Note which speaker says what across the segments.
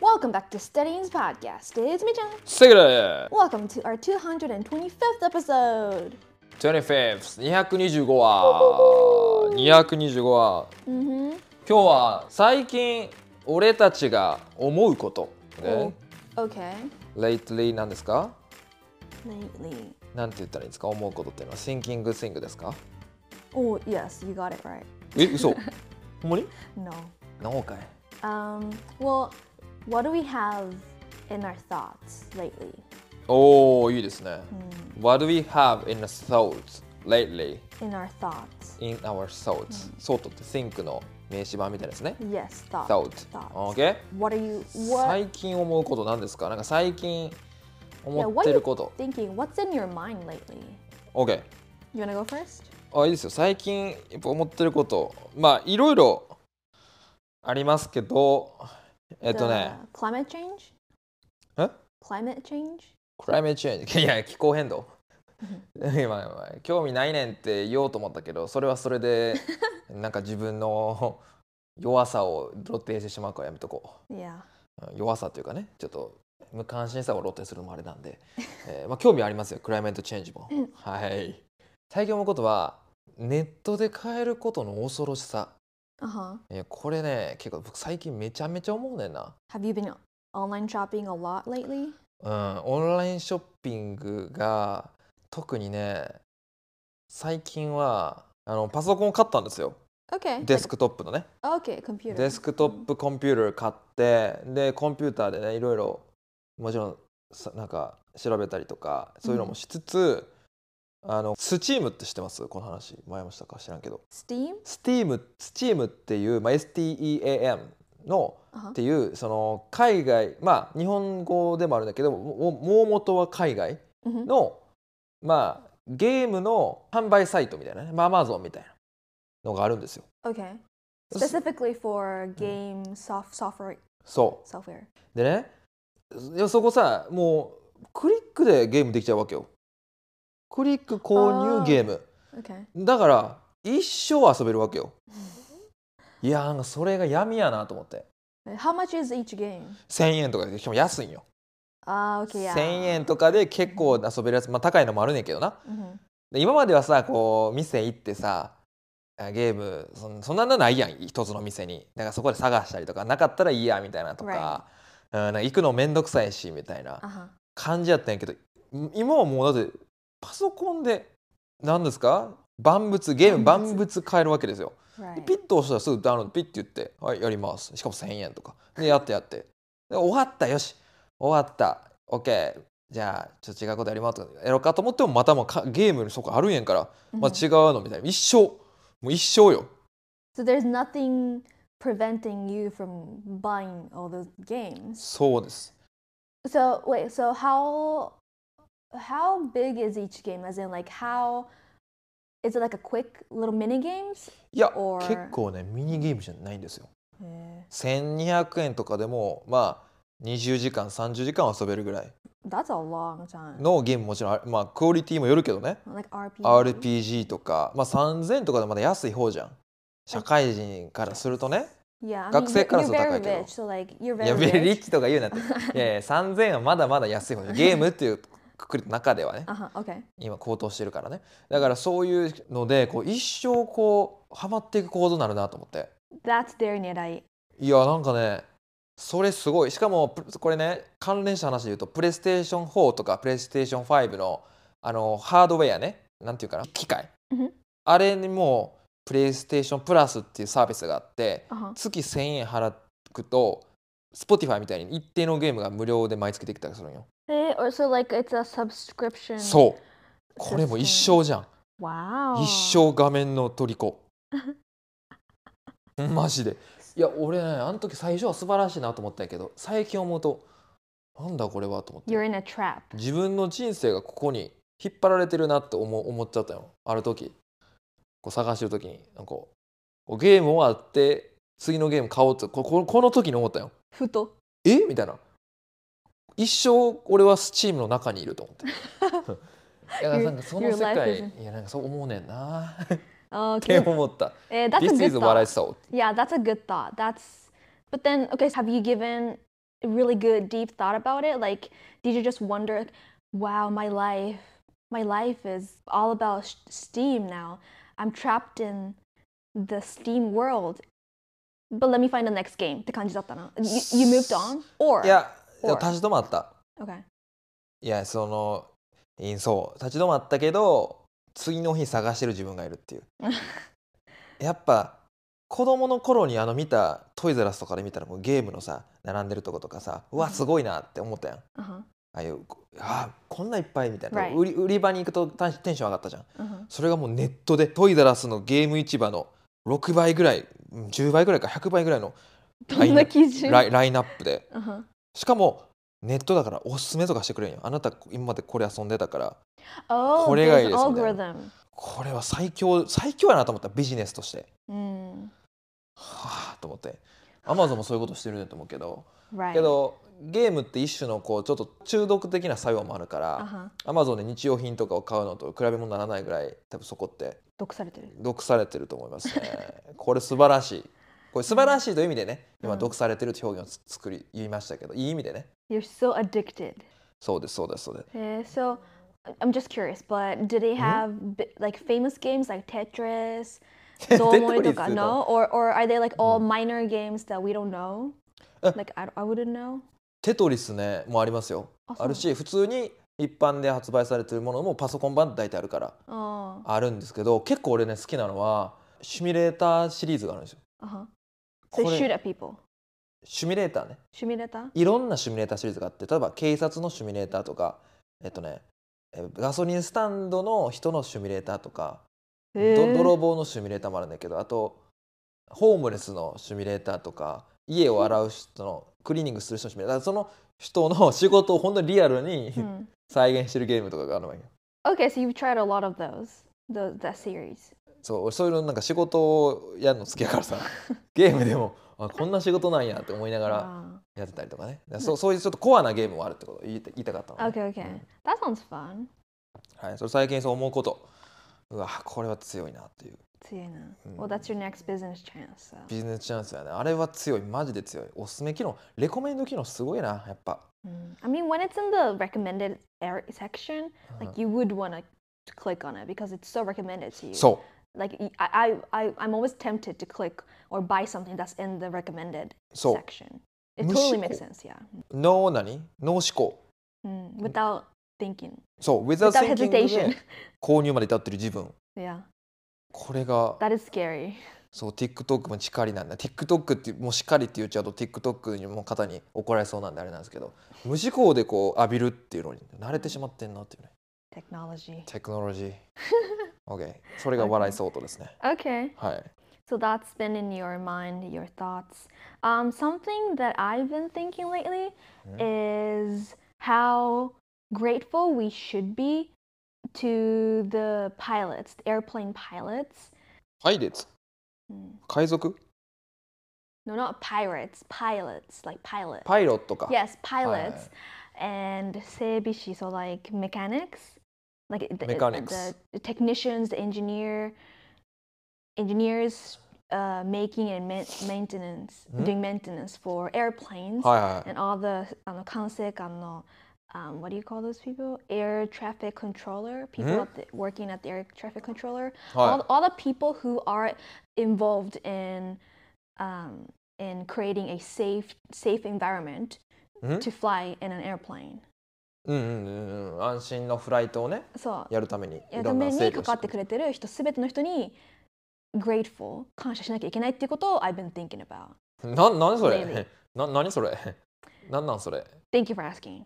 Speaker 1: Welcome back to Studying's podcast. It's me, Jan.
Speaker 2: セグラ
Speaker 1: Welcome to our 225th episode.
Speaker 2: 25th225 話225話、
Speaker 1: Mm-hmm.
Speaker 2: 今日は最近俺たちが思うこと、ね
Speaker 1: Okay.
Speaker 2: lately なんですか
Speaker 1: Lately.
Speaker 2: なんて言ったらいいんですか思うことっていうのは thinking thing ですか
Speaker 1: Oh, yes, you got it right.
Speaker 2: え 嘘ほんまに
Speaker 1: No.
Speaker 2: 何回
Speaker 1: Um, well, what do we have in our thoughts lately?
Speaker 2: おおいいですね、What do we have in our thoughts lately
Speaker 1: In our thoughts.
Speaker 2: in our thoughts、thought って think の名詞版みたいですね、
Speaker 1: Yes, thoughts.
Speaker 2: thought
Speaker 1: Thoughts.
Speaker 2: OK?
Speaker 1: What are you what
Speaker 2: 最近思うことなんですかなんか最近
Speaker 1: yeah,
Speaker 2: 思っ
Speaker 1: what
Speaker 2: て
Speaker 1: are
Speaker 2: るこ
Speaker 1: you
Speaker 2: と。
Speaker 1: thinking? What's in your mind lately?
Speaker 2: OK。
Speaker 1: You wanna go first?
Speaker 2: あ、いいですよ。最近やっぱ思ってること。まあ、いろいろありますけど、えっとね、
Speaker 1: The climate change?
Speaker 2: え
Speaker 1: Climate change?
Speaker 2: クライメーチェンジ。いや、気候変動。 今、まあ興味ないねんって言おうと思ったけど、それはそれで、なんか自分の 弱さを露呈してしまうからやめとこう。
Speaker 1: Yeah.
Speaker 2: うん弱さというかねちょっと無関心さを露呈するのもあれなんで、えーまあ、興味はありますよクライメントチェンジも、はい最近思うことはネットで買えることの恐ろしさ
Speaker 1: Uh-huh.
Speaker 2: いやこれね結構僕最近めちゃめちゃ思うねんな
Speaker 1: Have you been online shopping a lot lately?
Speaker 2: うんオンラインショッピングが特にね最近はあのパソコンを買ったんですよ
Speaker 1: Okay.
Speaker 2: デスクトップのね
Speaker 1: like- okay, computer.
Speaker 2: デスクトップコンピューター買ってでコンピューターでねいろいろもちろんさなんか調べたりとかそういうのもしつつ、あのスチームって知ってますこの話前もしたか知らんけど
Speaker 1: Steam?
Speaker 2: スティームスチームっていう、まあ、STEAM の
Speaker 1: あ
Speaker 2: っていうその海外まあ日本語でもあるんだけどももう元は海外
Speaker 1: Mhm.
Speaker 2: のまあゲームの販売サイトみたいなねまあ Amazon みたいなのがあるんですよ。
Speaker 1: Okay. Specifically for game soft software
Speaker 2: そう
Speaker 1: software.
Speaker 2: でねいやそこさもうクリックでゲームできちゃうわけよクリック購
Speaker 1: あー
Speaker 2: 入ゲーム
Speaker 1: Okay.
Speaker 2: だから一生遊べるわけよいやーなんかそれが闇やなと思って
Speaker 1: How much is each game?
Speaker 2: 1,000円とかでしかも安いんよ
Speaker 1: Ah, okay,
Speaker 2: 1,000
Speaker 1: yeah.
Speaker 2: 円とかで結構遊べるやつ、まあ、高いのもあるねんけどな
Speaker 1: Mhm.
Speaker 2: で今まではさこう店行ってさあゲームそんそんなのないやん一つの店にだからそこで探したりとかなかったらいいやみたいなとか,、うん、なんか行くのめんどくさいしみたいな
Speaker 1: Uh-huh.
Speaker 2: 感じやったんやけどん今はもうだってパソコンで何ですか万物ゲーム
Speaker 1: 万
Speaker 2: 万物変えるわけですよ。で
Speaker 1: Right.
Speaker 2: ピッと押したらすぐダウンロードピッて言って「はいやります」しかも1,000円とかでやってやってで終わったよし終わったオッケーじゃあちょっと違うことやりますとかやろうかと思ってもまたもうかゲームにそこあるんやんから、
Speaker 1: Mm-hmm.
Speaker 2: まあ、違うのみたいな一生もう一生よ
Speaker 1: So there's nothing preventing you from buying all those games.
Speaker 2: そうです
Speaker 1: So wait, so how how big is each game? As in like how is it like a quick little mini games?
Speaker 2: いや
Speaker 1: Or-
Speaker 2: 結構ねミニゲームじゃないんですよ
Speaker 1: Yeah.
Speaker 2: 1200円とかでもまあ20時間30時間遊べるぐらい
Speaker 1: That's a long time.
Speaker 2: のゲームもちろんあまあクオリティもよるけどね
Speaker 1: Like RPG.
Speaker 2: RPG とか、まあ、3000とかでまだ安い方じゃん社会人からするとね
Speaker 1: Yeah, I mean,
Speaker 2: 学生
Speaker 1: you're,
Speaker 2: から
Speaker 1: you're
Speaker 2: すると
Speaker 1: very
Speaker 2: 高いけど。
Speaker 1: rich, so like you're
Speaker 2: いや
Speaker 1: very
Speaker 2: ベリ
Speaker 1: rich.
Speaker 2: ッチとか言うなっていやいや3000はまだまだ安い方じゃんゲームっていうくくりの中ではね
Speaker 1: Uh huh. Okay.
Speaker 2: 今高騰してるからねだからそういうのでこう一生こうハマっていく構造になるなと思って
Speaker 1: That's their nirai.
Speaker 2: いやなんかねそれすごいしかもプこれね関連した話で言うとプレイステーション4とかプレイステーション5のあのハードウェアねなんていうかな機械
Speaker 1: うん
Speaker 2: あれにもプレイステーションプラスっていうサービスがあって
Speaker 1: Uh huh.
Speaker 2: 月1000円払うと Spotify みたいに一定のゲームが無料で毎月できたりするんよ
Speaker 1: Or so like it's a subscription.
Speaker 2: そうこれも一生じゃん
Speaker 1: Wow.
Speaker 2: 一生画面 の虜マジでいや俺ねあの時最初は素晴らしいなと思ったんやけど最近思うとなんだこれはと思って
Speaker 1: You're in a trap.
Speaker 2: 自分の人生がここに引っ張られてるなって思う思っちゃったよある時こう探してる時になんかこうゲーム終わって次のゲーム買おうってこここの時に思ったよ
Speaker 1: Futo.
Speaker 2: えみたいな一生俺はスチームの中にいると思って いやなんかその世
Speaker 1: Your- your life
Speaker 2: 界
Speaker 1: is-
Speaker 2: いやなんかそう思うねんなって
Speaker 1: Okay.
Speaker 2: 思 った。
Speaker 1: Eh, that's a
Speaker 2: This
Speaker 1: good
Speaker 2: is what I
Speaker 1: thought.
Speaker 2: saw.
Speaker 1: Yeah, that's a good thought. That's. But then, okay, so have you given really good deep thought about it? Like, did you just wonder, like, wow, my life, my life is all about s- Steam now. I'm trapped in the Steam world. But let me find the next game. って感じだったな。You, you moved on? Or?
Speaker 2: いや
Speaker 1: or
Speaker 2: 立ち止まった
Speaker 1: Okay.
Speaker 2: いやそのいそう立ち止まったけど次の日探してる自分がいるっていう やっぱ子供の頃にあの見たトイザらスとかで見たらもうゲームのさ並んでるとことかさうわすごいなって思ったやんあ
Speaker 1: Uh-huh.
Speaker 2: あいうあこんないっぱいみたいな、
Speaker 1: Right.
Speaker 2: 売り売り場に行くとテンテンション上がったじゃん
Speaker 1: Uh-huh.
Speaker 2: それがもうネットでトイザらスのゲーム市場の6倍ぐらいうん10倍ぐらいか100倍ぐらいの
Speaker 1: どんな基準
Speaker 2: ラインラインナップで
Speaker 1: Uh-huh.
Speaker 2: しかもネットだからおすすめとかしてくれんよあなた今までこれ遊んでたから
Speaker 1: Oh,
Speaker 2: これがいい
Speaker 1: there's
Speaker 2: ですみたい
Speaker 1: algorithm.
Speaker 2: これは最強最強やなと思ったビジネスとして
Speaker 1: うん。
Speaker 2: はあと思ってアマゾンもそういうことしてるねと思うけど
Speaker 1: Right.
Speaker 2: けどゲームって一種のこうちょっと中毒的な作用もあるから
Speaker 1: あ
Speaker 2: アマゾンで日用品とかを買うのと比べ物にならないぐらい多分そこって
Speaker 1: 毒されてる。
Speaker 2: 毒されてると思いますね これ素晴らしいこれ素晴らしいという意味でね
Speaker 1: う
Speaker 2: 今
Speaker 1: ん
Speaker 2: 毒されてるって表現をつ作り言いましたけどいい意味でね
Speaker 1: You're so addicted.
Speaker 2: そうですそうですそうです
Speaker 1: Okay, Eh, so I- I'm just curious, but do they have bi- like famous games like Tetris, Domoy
Speaker 2: Tetris,
Speaker 1: Toka,
Speaker 2: you
Speaker 1: no?
Speaker 2: know.
Speaker 1: Or or are they like all minor games that we don't know?
Speaker 2: Uh.
Speaker 1: Like I, I wouldn't know.
Speaker 2: テトリスねもありますよ
Speaker 1: あそう
Speaker 2: あるし普通に一般で発売されてるものもパソコン版って大体あるから
Speaker 1: Oh.
Speaker 2: あるんですけど結構俺ね好きなのはシミュレーターシリーズがあるんですよ
Speaker 1: Uh-huh. So
Speaker 2: これ
Speaker 1: shoot at people.
Speaker 2: シミュレーターね
Speaker 1: Shimideta?
Speaker 2: いろんなシミュレーターシリーズがあって例えば警察のシミュレーターとかえっとねえガソリンスタンドの人のシミュレーターとか、ど泥棒のシミュレーターもあるんだけどあとホームレスのシミュレーターとか家を洗う人のクリーニングする人のシミュレーターその人の仕事を本当にリアルに
Speaker 1: Hmm.
Speaker 2: 再現してるゲームとかがあるわけよ。
Speaker 1: Okay, so you've tried a lot of those. Those that series.
Speaker 2: そう俺そういうのなんか仕事をやるの好きやからさ ゲームでもあこんな仕事なんやって思いながら
Speaker 1: Wow.
Speaker 2: やってたりとかねだからそうそういうちょっとコアなゲームもあるってこと言いた言いたかったの、ね
Speaker 1: Okay, okay. That sounds fun.
Speaker 2: はい、それ最近そう思うことうわこれは強いなっていう
Speaker 1: 強いな。Well, that's your next business chance. So.
Speaker 2: ビジネスチャンスやねあれは強いマジで強いおすすめ機能レコメンド機能すごいなやっぱ
Speaker 1: Mm. I mean, when it's in the recommended area section, like you would want to click on it because it's so recommended to you.
Speaker 2: そ
Speaker 1: like y- I, I, I- I'm always tempted to click or buy something that's in the recommended
Speaker 2: うそう
Speaker 1: section. It totally
Speaker 2: 無思考。
Speaker 1: makes sense, yeah.
Speaker 2: 脳何脳思考
Speaker 1: Mm, without thinking,
Speaker 2: そう without
Speaker 1: without
Speaker 2: thinking で
Speaker 1: hesitation.
Speaker 2: 購入まで至ってる自分
Speaker 1: yeah,
Speaker 2: これが
Speaker 1: that is scary.
Speaker 2: そう TikTok もしかりなんだ TikTok ってもうしかりって言っちゃうと TikTok にも方に怒られそうなんであれなんですけど無思考でこう浴びるっていうのに慣れてしまってんなっていうね
Speaker 1: Technology.
Speaker 2: テクノロジ ー OK それが笑い相当ですね
Speaker 1: Okay,
Speaker 2: はい、
Speaker 1: so that's been in your mind, your thoughts. Um, something that I've been thinking lately is how grateful we should be to the pilots, the airplane pilots.
Speaker 2: パイレーツ
Speaker 1: Mm.
Speaker 2: 海賊
Speaker 1: No, not pirates, pilots, like pilot.
Speaker 2: パイロットか、
Speaker 1: Yes, pilots and seibishi, so like mechanics, like the,
Speaker 2: Mechanics.
Speaker 1: the, the technicians, the engineer, engineers uh, making and ma- maintenance,
Speaker 2: Hmm?
Speaker 1: doing maintenance for airplanes
Speaker 2: はいはいはい
Speaker 1: and all the あの管制官の um, what do you call those people? Air traffic controller, people
Speaker 2: Hmm?
Speaker 1: at the, working at the air traffic controller,
Speaker 2: は
Speaker 1: all, all the people who are involved in um, in creating a safe safe environment
Speaker 2: Hmm?
Speaker 1: to fly in an airplane.
Speaker 2: いうんうんうんうん安心のフライトをね
Speaker 1: そう。
Speaker 2: やるためにい
Speaker 1: やる
Speaker 2: ろ
Speaker 1: た
Speaker 2: んな
Speaker 1: めに
Speaker 2: 制度
Speaker 1: 関わ
Speaker 2: を
Speaker 1: っ
Speaker 2: してて
Speaker 1: くれてる人すべての人に grateful 感謝しなきゃいけないっていうことを I've been thinking about.
Speaker 2: な何そ
Speaker 1: Maybe.
Speaker 2: れな何それ何なんそれ、
Speaker 1: Thank you for asking.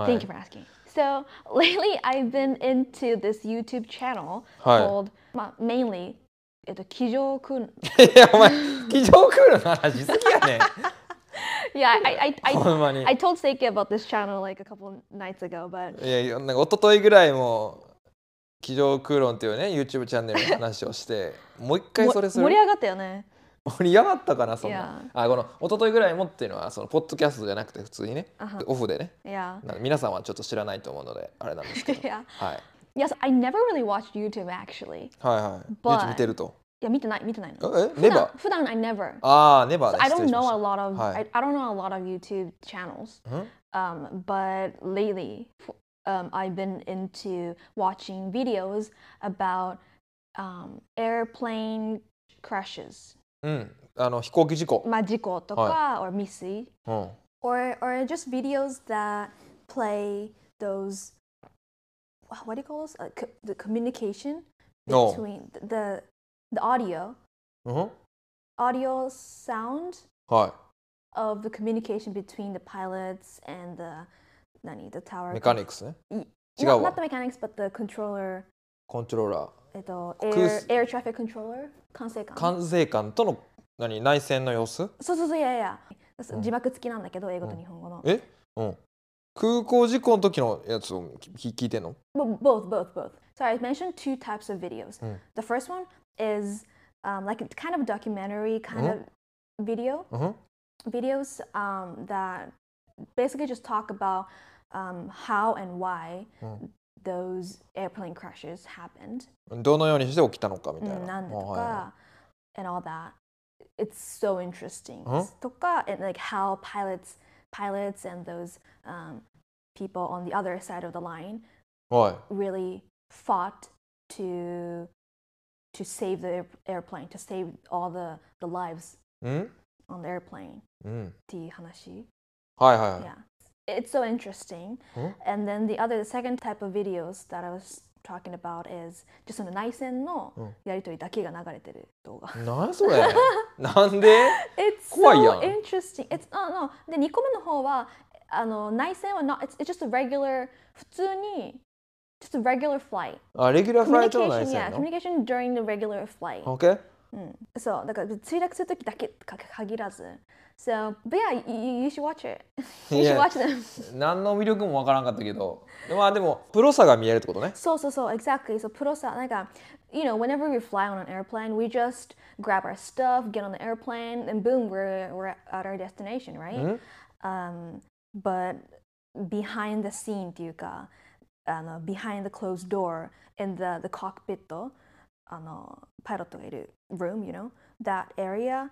Speaker 2: はい
Speaker 1: Thank you for asking. So lately I've been into this YouTube channel
Speaker 2: はい
Speaker 1: called、まあ mainly えっと机上空
Speaker 2: いやお前机上空の話好きや ね
Speaker 1: Yeah, I I
Speaker 2: ほ
Speaker 1: I,
Speaker 2: んまに
Speaker 1: I told Seiki about this channel like a couple nights ago, but
Speaker 2: いやいやなんか一昨日ぐらいも「机上空論」っていうね YouTube チャンネルの話をして もう一回
Speaker 1: も
Speaker 2: それす
Speaker 1: 盛
Speaker 2: る
Speaker 1: り上がったよね。
Speaker 2: 盛り上がったかなそん
Speaker 1: い
Speaker 2: な
Speaker 1: や
Speaker 2: あこの「一昨日ぐらいも」っていうのはそのポッドキャストじゃなくて普通にね
Speaker 1: あは
Speaker 2: オフでね
Speaker 1: Yeah.
Speaker 2: なんか皆さんはちょっと知らないと思うのであれなん ですけど、
Speaker 1: yeah.
Speaker 2: はい、
Speaker 1: Yes, I never really watched YouTube actually.
Speaker 2: はいはい
Speaker 1: But-
Speaker 2: YouTube 見てると
Speaker 1: や見てない見てないの
Speaker 2: え
Speaker 1: 普
Speaker 2: ネ
Speaker 1: 段
Speaker 2: バ
Speaker 1: 普段 I never
Speaker 2: ああネバ
Speaker 1: So
Speaker 2: ね
Speaker 1: I don't
Speaker 2: 失礼しま
Speaker 1: know
Speaker 2: し
Speaker 1: a lot of
Speaker 2: はい
Speaker 1: I, I don't know a lot of YouTube channels
Speaker 2: たん
Speaker 1: um, but lately f- um, I've been into watching videos about um, airplane crashes
Speaker 2: うんあの飛行機事故
Speaker 1: まあ事故とか or 未遂
Speaker 2: うん
Speaker 1: or or just videos that play those wha- what do you call this uh, co- the communication
Speaker 2: No.
Speaker 1: between th- the the audio
Speaker 2: うん
Speaker 1: audio sound
Speaker 2: は
Speaker 1: of the communication between the pilots and the 何 the tower
Speaker 2: いメカニクスね
Speaker 1: い
Speaker 2: 違
Speaker 1: not, not
Speaker 2: うわ
Speaker 1: the mechanics but the controller
Speaker 2: コントローラー
Speaker 1: えっと
Speaker 2: 空
Speaker 1: air air traffic controller 管制官
Speaker 2: 管制官との何内戦の様子
Speaker 1: そうそうそういやいや
Speaker 2: うん
Speaker 1: 字幕付きなんだけど英語
Speaker 2: う
Speaker 1: と
Speaker 2: ん
Speaker 1: 日本語の
Speaker 2: Oh. えうん空港事故の時のやつをき聞いてんの
Speaker 1: Bo- both, both, both. So I mentioned two types of videos.
Speaker 2: Mm.
Speaker 1: The first one is um, like a kind of documentary kind
Speaker 2: Mhm.
Speaker 1: of video
Speaker 2: うん
Speaker 1: videos um, that basically just talk about um, how and why
Speaker 2: Mm.
Speaker 1: those airplane crashes happened,
Speaker 2: どのようにして起きたのかみたい
Speaker 1: mm, な
Speaker 2: な。
Speaker 1: んだと
Speaker 2: は
Speaker 1: か and all that. It's so interesting.
Speaker 2: Mhm.
Speaker 1: とか and like how pilots, pilots and those um, people on the other side of the line
Speaker 2: いはい。はい
Speaker 1: really fought to to save the air- airplane, to save all the, the lives
Speaker 2: うん、
Speaker 1: on the airplane.
Speaker 2: うん、
Speaker 1: っていう話。
Speaker 2: はいはいはい。
Speaker 1: Yeah. It's so interesting.
Speaker 2: Huh?
Speaker 1: And then the other, the second type of videos that I was talking about is just その内戦の
Speaker 2: うん
Speaker 1: やりとりだけが流れてる動画。
Speaker 2: 何それ なんで
Speaker 1: It's
Speaker 2: 怖いや
Speaker 1: so
Speaker 2: ん
Speaker 1: interesting. It's, oh, no. で、2個目の方は、あの内戦は not, it's, it's just a regular, 普通に、just a regular flight.
Speaker 2: あレギュラーフライトの内
Speaker 1: communication,
Speaker 2: 戦
Speaker 1: yeah,
Speaker 2: の
Speaker 1: communication during the regular flight. uh,
Speaker 2: ?OK?
Speaker 1: うんそう、だから墜落するときだけか限らず。So, but yeah, you, you should watch it. You should
Speaker 2: Yeah.
Speaker 1: watch them.
Speaker 2: 何の魅力もわからんかったけど。まあでも、プロさが見えるってことね。
Speaker 1: そうそうそう、exactly. So, プロさ、なんか、you know, whenever we fly on an airplane, we just grab our stuff, get on the airplane, and boom, we're, we're at our destination, right? Um, but behind the scene っていうか、あの、behind the closed door in the, the cockpit um, と、あの、パイロットがいる eh, room, you know, that area,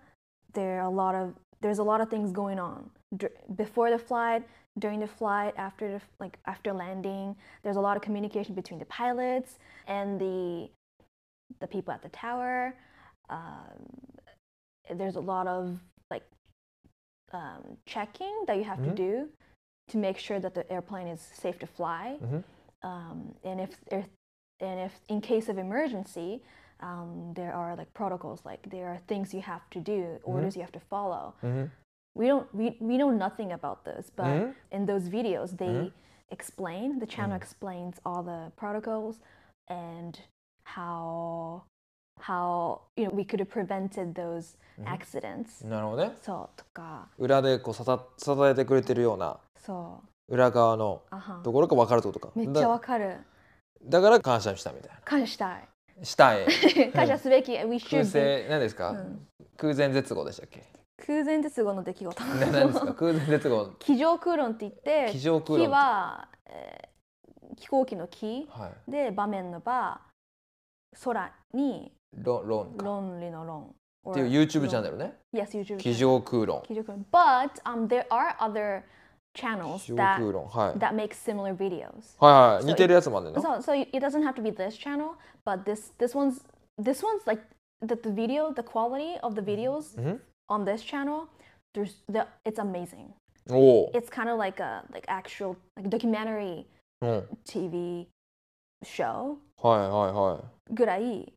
Speaker 1: there are a lot of there's a lot of things going on Dur- before the flight, during the flight, after the, like after landing. There's a lot of communication between the pilots and the the people at the tower. Um, there's a lot of like um, checking that you have to
Speaker 2: Mhm.
Speaker 1: do to make sure that the airplane is safe to fly.
Speaker 2: Mhm.
Speaker 1: Um, and if, if and if in case of emergency, um, there are like protocols, like there are things you have to do, orders you have to follow.
Speaker 2: うん。
Speaker 1: We don't we, we know nothing about this, but
Speaker 2: Mhm.
Speaker 1: in those videos they
Speaker 2: Mhm.
Speaker 1: explain the channel explains all the protocols and how how you know we could have prevented those accidents.
Speaker 2: なるほどね。
Speaker 1: そうとか、
Speaker 2: 裏でこうさた支えてくれてるような裏側の
Speaker 1: そう、あはん。
Speaker 2: ところが分かるってことか。だだから感謝したみたい
Speaker 1: めっちゃわかる。感謝したい。感謝すべき。
Speaker 2: な。したい。
Speaker 1: We should
Speaker 2: 空
Speaker 1: be-
Speaker 2: 前、何ですか、
Speaker 1: うん
Speaker 2: 空前絶後でしたっけ
Speaker 1: 空前絶後の出来事
Speaker 2: な 何ですか空前絶後。
Speaker 1: 気上空論って言って
Speaker 2: 気上空論
Speaker 1: 気は、えー飛行機の気
Speaker 2: はい。
Speaker 1: で場面の場空に
Speaker 2: ロロンか。
Speaker 1: 論理の論っ
Speaker 2: っていう YouTube チャンネ
Speaker 1: ル
Speaker 2: ルね。
Speaker 1: Yes, YouTube
Speaker 2: 机
Speaker 1: channel.
Speaker 2: 上空論。
Speaker 1: 気上空論 But、um, there are other channels
Speaker 2: 気上
Speaker 1: that,
Speaker 2: 空論。はい。
Speaker 1: that make similar videos
Speaker 2: はいはい、
Speaker 1: So
Speaker 2: 似てるやつまでな。
Speaker 1: So, so it doesn't have to be this channel, but this this one's this one's like the, the video, the quality of the videos
Speaker 2: Mhm.
Speaker 1: on this channel, there's the it's amazing.
Speaker 2: おお、
Speaker 1: It's kind of like a like actual like documentary
Speaker 2: うん、はい
Speaker 1: TV show.
Speaker 2: はいは
Speaker 1: Gurai.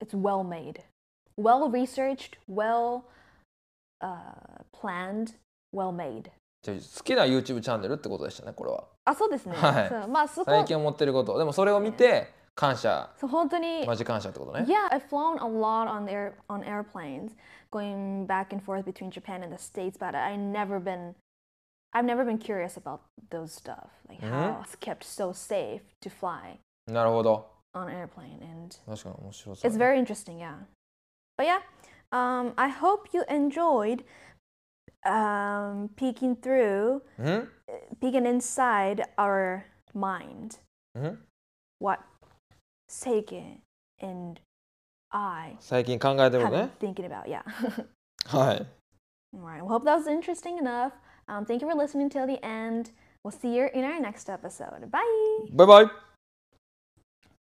Speaker 1: It's well made, well researched, well uh, planned, well made.
Speaker 2: い。じゃあ好きな YouTube チャンネルってことでしたね、これは。
Speaker 1: あ、そうですね。
Speaker 2: はい
Speaker 1: そうまあそこ
Speaker 2: 最、近思ってること、でもそれを見て感謝、
Speaker 1: そう本当に
Speaker 2: マジ感謝ってことね。
Speaker 1: Yeah, I've flown a lot on air on airplanes, going back and forth between Japan and the States, but I never been I've never been curious about those stuff. Like how it's kept so safe to fly
Speaker 2: なるほど、
Speaker 1: on airplane and
Speaker 2: 確かに面白そう
Speaker 1: it's
Speaker 2: だね。
Speaker 1: very interesting, yeah. But yeah, um I hope you enjoyed um peeking through
Speaker 2: うん、
Speaker 1: peeking inside our mind
Speaker 2: うん、
Speaker 1: what Seiken and I
Speaker 2: 最近考えてる
Speaker 1: have
Speaker 2: ね
Speaker 1: been。thinking about. Yeah.
Speaker 2: はい。
Speaker 1: All right. Well, hope that was interesting enough. Um, thank you for listening till the end. We'll see you in our next episode. Bye.
Speaker 2: バイバイ。